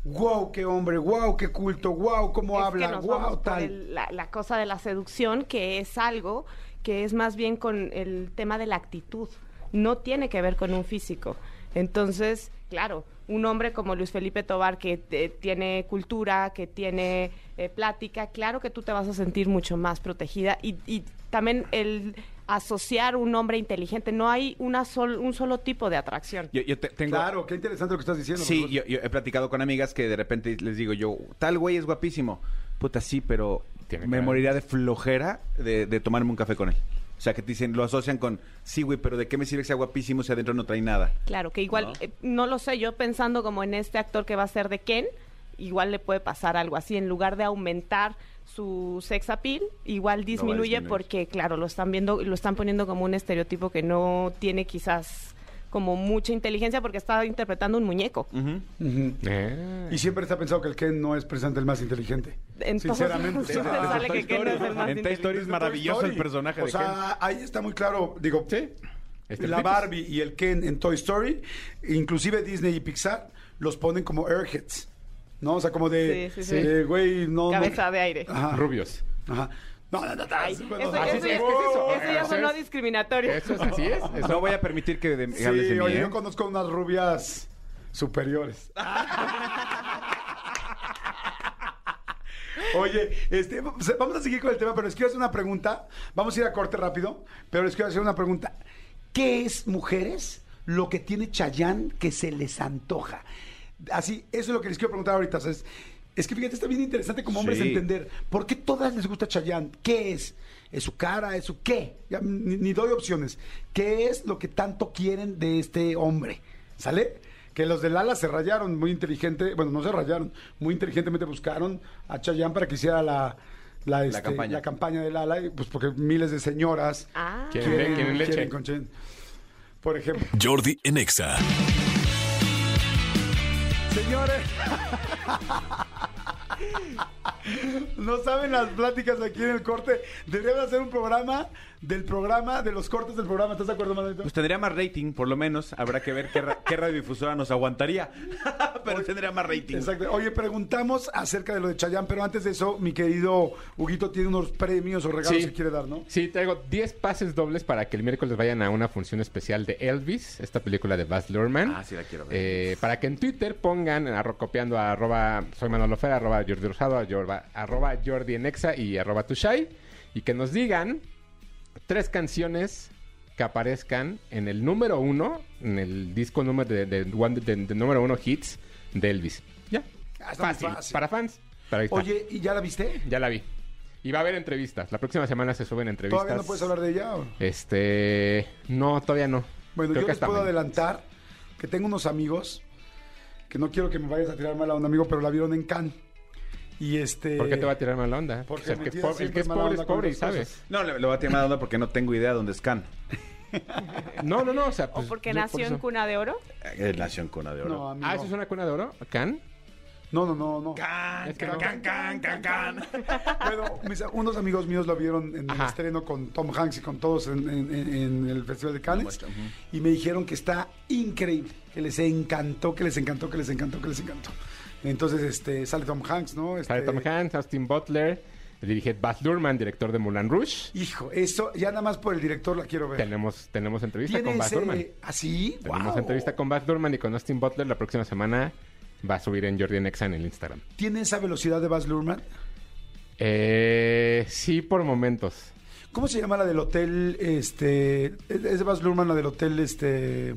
[SPEAKER 3] wow, qué hombre, wow, qué culto, wow, cómo
[SPEAKER 6] Es que
[SPEAKER 3] habla,
[SPEAKER 6] nos vamos
[SPEAKER 3] wow,
[SPEAKER 6] por
[SPEAKER 3] tal.
[SPEAKER 6] el- la, la cosa de la seducción, que es algo que es más bien con el tema de la actitud, no tiene que ver con un físico. Entonces, claro, un hombre como Luis Felipe Tobar, que te- tiene cultura, que tiene eh, plática, claro que tú te vas a sentir mucho más protegida y, y también el asociar un hombre inteligente, no hay una sol- un solo tipo de atracción.
[SPEAKER 5] Yo, yo te- tengo,
[SPEAKER 3] Claro, qué interesante lo que estás diciendo.
[SPEAKER 5] Sí,
[SPEAKER 3] Rodolfo.
[SPEAKER 5] yo, yo he platicado con amigas que de repente les digo yo, tal güey es guapísimo. Puta, sí, pero
[SPEAKER 4] Tiene
[SPEAKER 5] me
[SPEAKER 4] cara.
[SPEAKER 5] moriría de flojera de, de tomarme un café con él. O sea, que te dicen, lo asocian con, sí, güey, pero ¿de qué me sirve que sea guapísimo si adentro no trae nada?
[SPEAKER 6] Claro, que igual,
[SPEAKER 5] ¿No?
[SPEAKER 6] eh, ¿no? lo sé, yo pensando como en este actor que va a ser de Ken, igual le puede pasar algo así, en lugar de aumentar su sex appeal, igual disminuye
[SPEAKER 5] disminuir.
[SPEAKER 6] porque, claro, lo están viendo, lo están poniendo como un estereotipo que no tiene quizás como mucha inteligencia porque está interpretando un muñeco.
[SPEAKER 3] Ujú.
[SPEAKER 4] Eh.
[SPEAKER 3] Y siempre está pensado que el Ken no es precisamente el más inteligente.
[SPEAKER 6] En todos
[SPEAKER 3] Sinceramente.
[SPEAKER 6] lados siempre sale que Ken no es el más
[SPEAKER 5] En Toy Story
[SPEAKER 6] inteligente.
[SPEAKER 5] es maravilloso el personaje
[SPEAKER 3] o
[SPEAKER 5] de Ken.
[SPEAKER 3] sea, ahí está muy claro. Digo,
[SPEAKER 4] Sí. este
[SPEAKER 3] la Barbie y el Ken en Toy Story, inclusive Disney y Pixar, los ponen como airheads. ¿No? O sea, como de.
[SPEAKER 6] Sí, sí, sí.
[SPEAKER 3] de, güey, no. no.
[SPEAKER 6] Cabeza de aire.
[SPEAKER 4] Ah,
[SPEAKER 3] Ajá.
[SPEAKER 4] Rubios.
[SPEAKER 3] Ajá. No, no, no, no.
[SPEAKER 6] Ay,
[SPEAKER 3] bueno,
[SPEAKER 6] eso,
[SPEAKER 3] así
[SPEAKER 6] ya-
[SPEAKER 4] Ah, es-
[SPEAKER 6] eso
[SPEAKER 3] sí.
[SPEAKER 4] es que
[SPEAKER 6] ya-
[SPEAKER 4] es eso,
[SPEAKER 6] eso ya
[SPEAKER 4] eso
[SPEAKER 6] sonó
[SPEAKER 4] es-
[SPEAKER 6] discriminatorio.
[SPEAKER 4] Eso es así es. Eso-
[SPEAKER 5] No voy a permitir que de-
[SPEAKER 3] Sí,
[SPEAKER 5] hables de mí,
[SPEAKER 3] oye,
[SPEAKER 5] ¿eh?
[SPEAKER 3] yo conozco unas rubias superiores. Oye, este, pues, vamos a seguir con el tema, pero les quiero hacer una pregunta. Vamos a ir a corte rápido, pero les quiero hacer una pregunta. ¿Qué es, mujeres, lo que tiene Chayán que se les antoja? Así, eso es lo que les quiero preguntar ahorita. o sea, es, es que fíjate, está bien interesante como hombres
[SPEAKER 5] Sí.
[SPEAKER 3] entender por qué todas les gusta Chayán. ¿Qué es? ¿Es su cara? ¿Es su qué? Ya, ni, ni doy opciones. ¿Qué es lo que tanto quieren de este hombre? ¿Sale? Que los del ala se rayaron muy inteligente, bueno, no se rayaron, muy inteligentemente buscaron a Chayanne para que hiciera la, la, este,
[SPEAKER 5] campaña.
[SPEAKER 3] la campaña del ala, y, pues porque miles de señoras
[SPEAKER 6] Ah.
[SPEAKER 4] ¿Quieren- quieren leche?
[SPEAKER 3] con Chayanne. Por ejemplo,
[SPEAKER 2] Jordi en Exa.
[SPEAKER 3] señores, no saben las pláticas aquí en el corte. Deberíamos hacer un programa del programa, de los cortes del programa, ¿estás de acuerdo, Manolito?
[SPEAKER 5] Pues tendría más rating, por lo menos. Habrá que ver qué, ra- qué radiodifusora nos aguantaría. pero tendría más rating.
[SPEAKER 3] Exacto. Oye, preguntamos acerca de lo de Chayán, pero antes de eso, mi querido Huguito tiene unos premios o regalos que quiere dar, ¿no?
[SPEAKER 4] Sí, traigo 10 pases dobles para que el miércoles vayan a una función especial de Elvis, esta película de Baz Luhrmann.
[SPEAKER 5] Ah, sí, la quiero ver.
[SPEAKER 4] Eh, para que en Twitter pongan, arro- copiando a arroba, soy Manolo Fer, arroba Jordi Rosado, arroba, arroba Jordi en Exa y arroba Tushai, y que nos digan tres canciones que aparezcan en el número uno, en el disco número de, de- one- de- de número uno hits de Elvis. Ya,
[SPEAKER 3] Ah, está muy
[SPEAKER 4] fácil,
[SPEAKER 3] fácil.
[SPEAKER 4] para fans. Pero ahí está.
[SPEAKER 3] Oye, ¿y ya la viste?
[SPEAKER 4] Ya la vi. Y va a haber entrevistas. La próxima semana se suben entrevistas.
[SPEAKER 3] ¿Todavía no puedes hablar de ella? o?
[SPEAKER 4] Este. No, todavía no.
[SPEAKER 3] Bueno,
[SPEAKER 4] Creo
[SPEAKER 3] yo
[SPEAKER 4] que
[SPEAKER 3] les
[SPEAKER 4] hasta
[SPEAKER 3] puedo
[SPEAKER 4] mañana.
[SPEAKER 3] adelantar que tengo unos amigos que no quiero que me vayas a tirar mal a un amigo, pero la vieron en Cannes. Y este.
[SPEAKER 4] ¿Por qué te va a tirar mala onda?
[SPEAKER 3] Porque
[SPEAKER 4] O sea, el que, es
[SPEAKER 3] metida
[SPEAKER 4] pobre, el
[SPEAKER 3] siempre
[SPEAKER 4] que es
[SPEAKER 3] mala
[SPEAKER 4] pobre
[SPEAKER 3] onda
[SPEAKER 4] es
[SPEAKER 3] con
[SPEAKER 4] pobre y
[SPEAKER 3] las
[SPEAKER 4] sabe.
[SPEAKER 3] cosas.
[SPEAKER 5] No, le, le voy a tirar mala onda porque no tengo idea dónde es Can.
[SPEAKER 4] No, no, no. O sea,
[SPEAKER 6] ¿O
[SPEAKER 4] pues,
[SPEAKER 6] porque
[SPEAKER 4] yo por
[SPEAKER 6] nació en
[SPEAKER 4] eso-
[SPEAKER 6] cuna de oro?
[SPEAKER 5] Eh, Nació en Cuna de Oro.
[SPEAKER 3] No, amigo.
[SPEAKER 4] Ah, ¿eso es una cuna de oro? ¿Can?
[SPEAKER 3] Este No, no, no, no.
[SPEAKER 5] Can,
[SPEAKER 4] Es que
[SPEAKER 5] can,
[SPEAKER 4] no.
[SPEAKER 5] can, can, can, can.
[SPEAKER 3] Bueno, mis- unos amigos míos lo vieron en el
[SPEAKER 4] Ajá.
[SPEAKER 3] estreno con Tom Hanks y con todos en, en- en- en el Festival de Cannes. Y me dijeron que está increíble, que les encantó, que les encantó, que les encantó, que les encantó. Entonces, este, sale Tom Hanks, ¿no? Este,
[SPEAKER 4] Sale Tom Hanks, Austin Butler, dirige Baz Luhrmann, director de Moulin Rouge.
[SPEAKER 3] Hijo, eso, ya nada más por el director la quiero ver.
[SPEAKER 4] Tenemos, tenemos entrevista
[SPEAKER 3] ¿Tiene
[SPEAKER 4] con Baz
[SPEAKER 3] ese-
[SPEAKER 4] Luhrmann.
[SPEAKER 3] ¿Así?
[SPEAKER 4] Tenemos
[SPEAKER 3] Guau.
[SPEAKER 4] entrevista con Baz Luhrmann y con Austin Butler. La próxima semana va a subir en Jordi Nexa en el Instagram.
[SPEAKER 3] ¿Tiene esa velocidad de Baz Luhrmann?
[SPEAKER 4] Eh, sí, por momentos.
[SPEAKER 3] ¿Cómo se llama la del hotel, este... Es de Baz Luhrmann la del hotel, este...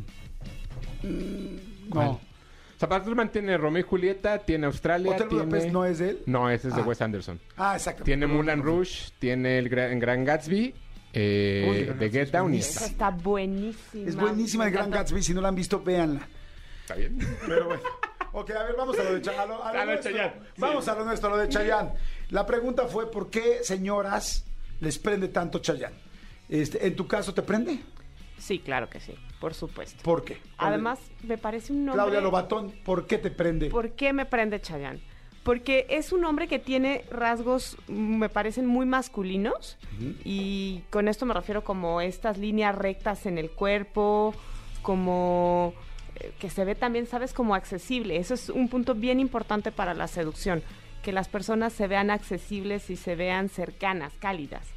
[SPEAKER 3] mm,
[SPEAKER 4] ¿Cuál?
[SPEAKER 3] No.
[SPEAKER 4] O sea, Baz Luhrmann tiene Romeo y Julieta, tiene Australia.
[SPEAKER 3] ¿Hotel
[SPEAKER 4] tiene-
[SPEAKER 3] Budapest no es de él?
[SPEAKER 4] No, ese es de
[SPEAKER 3] Ah.
[SPEAKER 4] Wes Anderson.
[SPEAKER 3] Ah, exacto.
[SPEAKER 4] Tiene Moulin Rouge, tiene el Gran, Gran Gatsby, eh,
[SPEAKER 3] Uy,
[SPEAKER 4] The Get Down y
[SPEAKER 6] Esa
[SPEAKER 4] está
[SPEAKER 6] está buenísima.
[SPEAKER 3] Es buenísima el
[SPEAKER 6] Me
[SPEAKER 3] Gran
[SPEAKER 6] encantó.
[SPEAKER 3] Gatsby. Si no la han visto, véanla.
[SPEAKER 4] bien.
[SPEAKER 3] Pero bueno. Ok, a ver, vamos a lo de Chayanne.
[SPEAKER 4] A lo de Chayanne.
[SPEAKER 3] Vamos a lo nuestro, a lo de Chayanne. La pregunta fue, ¿por qué señoras les prende tanto Chayanne? Este, ¿En tu caso te prende?
[SPEAKER 6] Sí, claro que sí, por supuesto.
[SPEAKER 3] ¿Por qué?
[SPEAKER 6] Además, me parece un nombre...
[SPEAKER 3] Claudia Lobatón, ¿por qué te prende?
[SPEAKER 6] ¿Por qué me prende Chayanne? Porque es un hombre que tiene rasgos, mm, me parecen muy masculinos, y con esto me refiero como estas líneas rectas en el cuerpo, como eh, que se ve también, sabes, como accesible. Eso es un punto bien importante para la seducción, que las personas se vean accesibles y se vean cercanas, cálidas.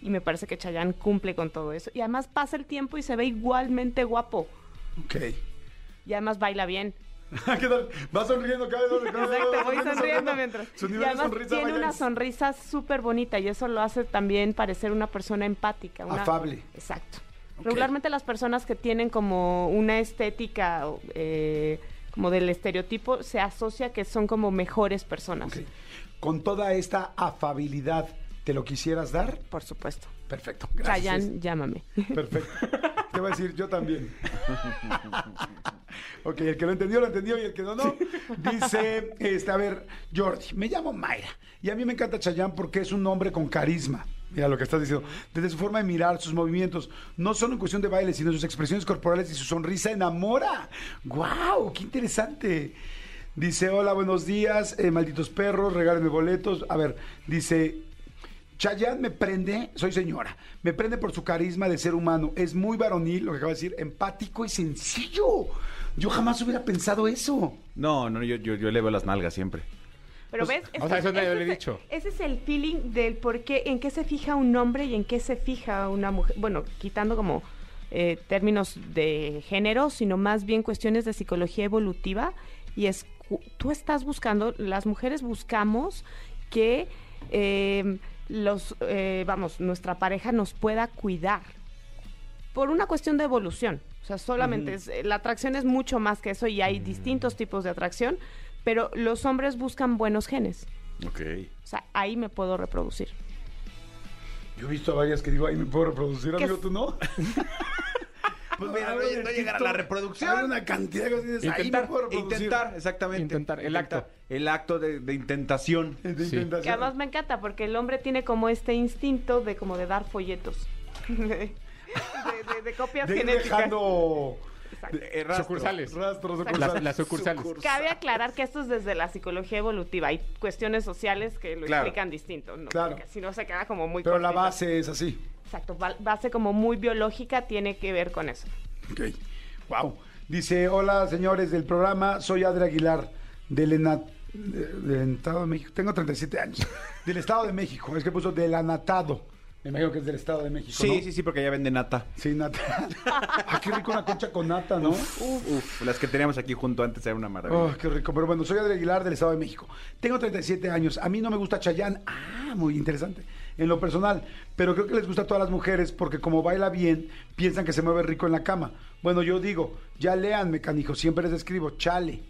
[SPEAKER 6] Y me parece que Chayanne cumple con todo eso. Y además pasa el tiempo y se ve igualmente guapo.
[SPEAKER 3] Ok.
[SPEAKER 6] Y además baila bien.
[SPEAKER 3] ¿Qué tal? Va sonriendo cada vez.
[SPEAKER 6] Exacto, voy sonriendo mientras.
[SPEAKER 3] Su
[SPEAKER 6] Y
[SPEAKER 3] nivel de
[SPEAKER 6] además
[SPEAKER 3] sonrisa
[SPEAKER 6] tiene
[SPEAKER 3] vaya-
[SPEAKER 6] una sonrisa súper bonita y eso lo hace también parecer una persona empática. una-
[SPEAKER 3] Afable.
[SPEAKER 6] Exacto. Regularmente las personas que tienen como una estética o, eh, como del estereotipo se asocia que son como mejores personas.
[SPEAKER 3] Ok. Con toda esta afabilidad, ¿te lo quisieras dar?
[SPEAKER 6] Por supuesto.
[SPEAKER 3] Perfecto.
[SPEAKER 6] Chayanne, llámame.
[SPEAKER 3] Perfecto. Te voy a decir, yo también. ok, el que lo entendió, lo entendió y el que no, no. Dice, este, a ver, Jordi, me llamo Mayra y a mí me encanta Chayán porque es un hombre con carisma. Mira lo que estás diciendo. Desde su forma de mirar, sus movimientos, no solo en cuestión de baile, sino sus expresiones corporales y su sonrisa enamora. ¡Guau! ¡Qué interesante! Dice, hola, buenos días, eh, malditos perros, regálenme boletos. A ver, dice, Chayanne me prende, soy señora, me prende por su carisma de ser humano. Es muy varonil, lo que acaba de decir, empático y sencillo. Yo jamás hubiera pensado eso.
[SPEAKER 5] No, no, yo, yo, yo le veo las nalgas siempre.
[SPEAKER 6] Pero ves,
[SPEAKER 4] Pues, o sea, eso nadie
[SPEAKER 6] ese
[SPEAKER 4] lo he
[SPEAKER 6] es-
[SPEAKER 4] dicho.
[SPEAKER 6] Ese es el feeling del por qué, en qué se fija un hombre y en qué se fija una mujer. Bueno, quitando como eh, términos de género, sino más bien cuestiones de psicología evolutiva. Y es, cu- tú estás buscando, las mujeres buscamos que eh, los, eh, vamos, nuestra pareja nos pueda cuidar por una cuestión de evolución. O sea, solamente es- eh, la atracción es mucho más que eso y
[SPEAKER 4] Mm.
[SPEAKER 6] hay distintos tipos de atracción, pero los hombres buscan buenos genes.
[SPEAKER 5] Ok.
[SPEAKER 6] O sea, ahí me puedo reproducir.
[SPEAKER 3] Yo he visto a varias que digo, ahí me puedo reproducir,
[SPEAKER 6] ¿Qué
[SPEAKER 3] amigo,
[SPEAKER 6] es?
[SPEAKER 3] tú no. pues
[SPEAKER 5] mira, no- no llegar a la reproducción.
[SPEAKER 3] Hay una cantidad de cosas que dices, ahí me
[SPEAKER 5] Pues Intentar,
[SPEAKER 3] puedo reproducir.
[SPEAKER 5] intentar, exactamente.
[SPEAKER 4] Intentar, el acto.
[SPEAKER 5] El acto de, de intentación.
[SPEAKER 3] Eh, de
[SPEAKER 4] Sí.
[SPEAKER 3] intentación.
[SPEAKER 6] Que además me encanta porque el hombre tiene como este instinto de como de dar folletos. De, de- de copias
[SPEAKER 3] de ir
[SPEAKER 6] genéticas.
[SPEAKER 3] dejando
[SPEAKER 6] Exacto.
[SPEAKER 5] Eh, rastro.
[SPEAKER 4] Sucursales.
[SPEAKER 3] rastros,
[SPEAKER 4] Las,
[SPEAKER 3] sucursales.
[SPEAKER 4] las sucursales.
[SPEAKER 6] Cabe aclarar que esto es desde la psicología evolutiva. Hay cuestiones sociales que lo
[SPEAKER 5] Claro.
[SPEAKER 6] explican distinto. ¿no?
[SPEAKER 3] Claro.
[SPEAKER 6] Porque Si no, se queda como muy
[SPEAKER 3] Pero la
[SPEAKER 6] cortito.
[SPEAKER 3] base es así.
[SPEAKER 6] Exacto, ba- base como muy biológica tiene que ver con eso.
[SPEAKER 3] Ok. Wow. Dice, hola señores del programa, soy Adri Aguilar, del, ena- de- del Estado de México. Tengo 37 años. Del Estado de México. Es que puso del anatado. Me imagino que es del Estado de México.
[SPEAKER 5] Sí,
[SPEAKER 3] ¿no?
[SPEAKER 5] sí, sí, porque ya vende nata.
[SPEAKER 3] Sí, nata. Ah, qué rico una concha con nata, ¿no?
[SPEAKER 5] Uf, las que teníamos aquí junto antes era una maravilla.
[SPEAKER 3] Oh, qué rico. Pero bueno, soy Adri Aguilar del Estado de México. Tengo 37 años. A mí no me gusta Chayanne. Ah, muy interesante. En lo personal. Pero creo que les gusta a todas las mujeres porque como baila bien, piensan que se mueve rico en la cama. Bueno, yo digo, ya léanme, canijo. Siempre les escribo, chale.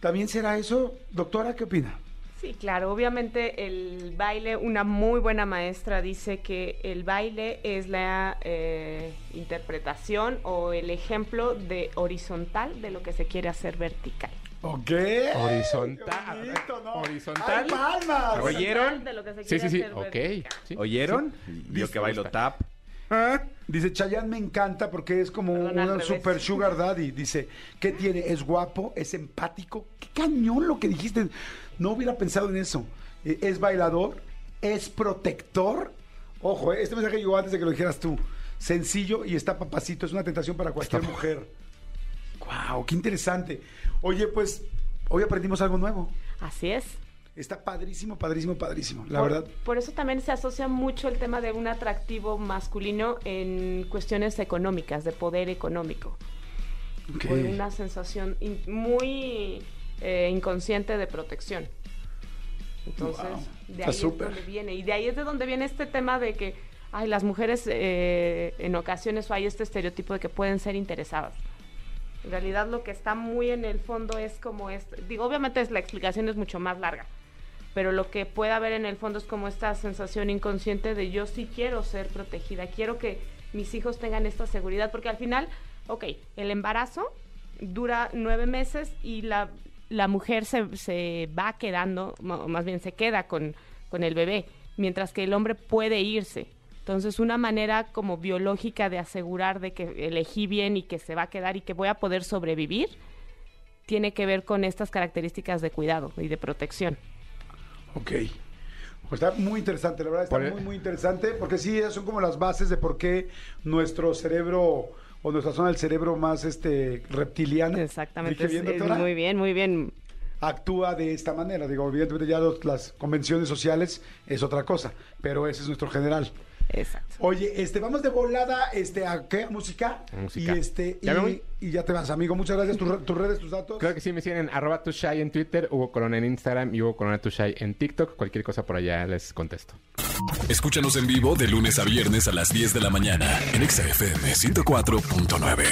[SPEAKER 3] ¿También será eso? Doctora, ¿qué opina?
[SPEAKER 6] Sí, claro, obviamente el baile, una muy buena maestra dice que el baile es la eh, interpretación o el ejemplo de horizontal de lo que se quiere hacer vertical.
[SPEAKER 3] Ok.
[SPEAKER 4] Horizontal.
[SPEAKER 3] Qué bonito, ¿no?
[SPEAKER 4] Horizontal.
[SPEAKER 3] ¡Ay,
[SPEAKER 6] Oh.
[SPEAKER 3] palmas!
[SPEAKER 4] ¿Oyeron?
[SPEAKER 6] De lo que se
[SPEAKER 4] Sí, sí,
[SPEAKER 6] quiere
[SPEAKER 4] sí.
[SPEAKER 6] hacer
[SPEAKER 4] Ok.
[SPEAKER 6] vertical.
[SPEAKER 4] sí.
[SPEAKER 5] ¿Oyeron?
[SPEAKER 4] Sí.
[SPEAKER 5] Yo que bailo
[SPEAKER 4] Gusta.
[SPEAKER 5] tap.
[SPEAKER 3] ¿Ah? Dice, Chayanne me encanta porque es como
[SPEAKER 6] Perdón, al
[SPEAKER 3] un
[SPEAKER 6] revés.
[SPEAKER 3] super sugar daddy. Dice, ¿qué tiene? Es guapo, es empático. Qué cañón lo que dijiste. No hubiera pensado en eso. Eh, Es bailador, es protector. Ojo, eh, este mensaje llegó antes de que lo dijeras tú. Sencillo y está papacito. Es una tentación para cualquier mujer. ¡Guau! ¡Qué interesante! Oye, pues, hoy aprendimos algo nuevo.
[SPEAKER 6] Así es.
[SPEAKER 3] Está padrísimo, padrísimo, padrísimo. La
[SPEAKER 6] Por-
[SPEAKER 3] verdad.
[SPEAKER 6] Por eso también se asocia mucho el tema de un atractivo masculino en cuestiones económicas, de poder económico.
[SPEAKER 3] ok.
[SPEAKER 6] Por una sensación in- muy eh, inconsciente de protección. Entonces,
[SPEAKER 3] Wow,
[SPEAKER 6] de
[SPEAKER 3] está
[SPEAKER 6] ahí
[SPEAKER 3] súper.
[SPEAKER 6] es donde viene. Y de ahí es de donde viene este tema de que, ay, las mujeres eh, en ocasiones hay este estereotipo de que pueden ser interesadas. En realidad lo que está muy en el fondo es como es, digo, obviamente es, la explicación es mucho más larga, pero lo que puede haber en el fondo es como esta sensación inconsciente de yo sí quiero ser protegida, quiero que mis hijos tengan esta seguridad, porque al final, ok, el embarazo dura nueve meses y la la mujer se, se va quedando, o más bien se queda con, con el bebé, mientras que el hombre puede irse. Entonces, una manera como biológica de asegurar de que elegí bien y que se va a quedar y que voy a poder sobrevivir, tiene que ver con estas características de cuidado y de protección.
[SPEAKER 3] Ok. Pues está muy interesante, la verdad está
[SPEAKER 4] Por e- el-
[SPEAKER 3] muy, muy interesante, porque sí, esas son como las bases de por qué nuestro cerebro o nuestra zona del cerebro más este reptiliana.
[SPEAKER 6] Exactamente.
[SPEAKER 3] dije bien,
[SPEAKER 6] es- es
[SPEAKER 3] doctora,
[SPEAKER 6] muy bien, muy bien.
[SPEAKER 3] actúa de esta manera. Digo, evidentemente ya los- las convenciones sociales es otra cosa, pero ese es nuestro general.
[SPEAKER 6] Exacto.
[SPEAKER 3] Oye, este, vamos de volada, este, ¿a qué? ¿Música?
[SPEAKER 4] Música.
[SPEAKER 3] Y este,
[SPEAKER 4] ¿Ya me
[SPEAKER 3] y,
[SPEAKER 4] voy?
[SPEAKER 3] y ya te vas, amigo. Muchas gracias. Tus re- tus redes, tus datos.
[SPEAKER 4] Creo que sí me siguen en arroba tushai en Twitter, Hugo Corona en Instagram y Hugo Corona tushai en TikTok. Cualquier cosa por allá les contesto.
[SPEAKER 2] Escúchanos en vivo de lunes a viernes a las 10 de la mañana en Exa FM 104.9.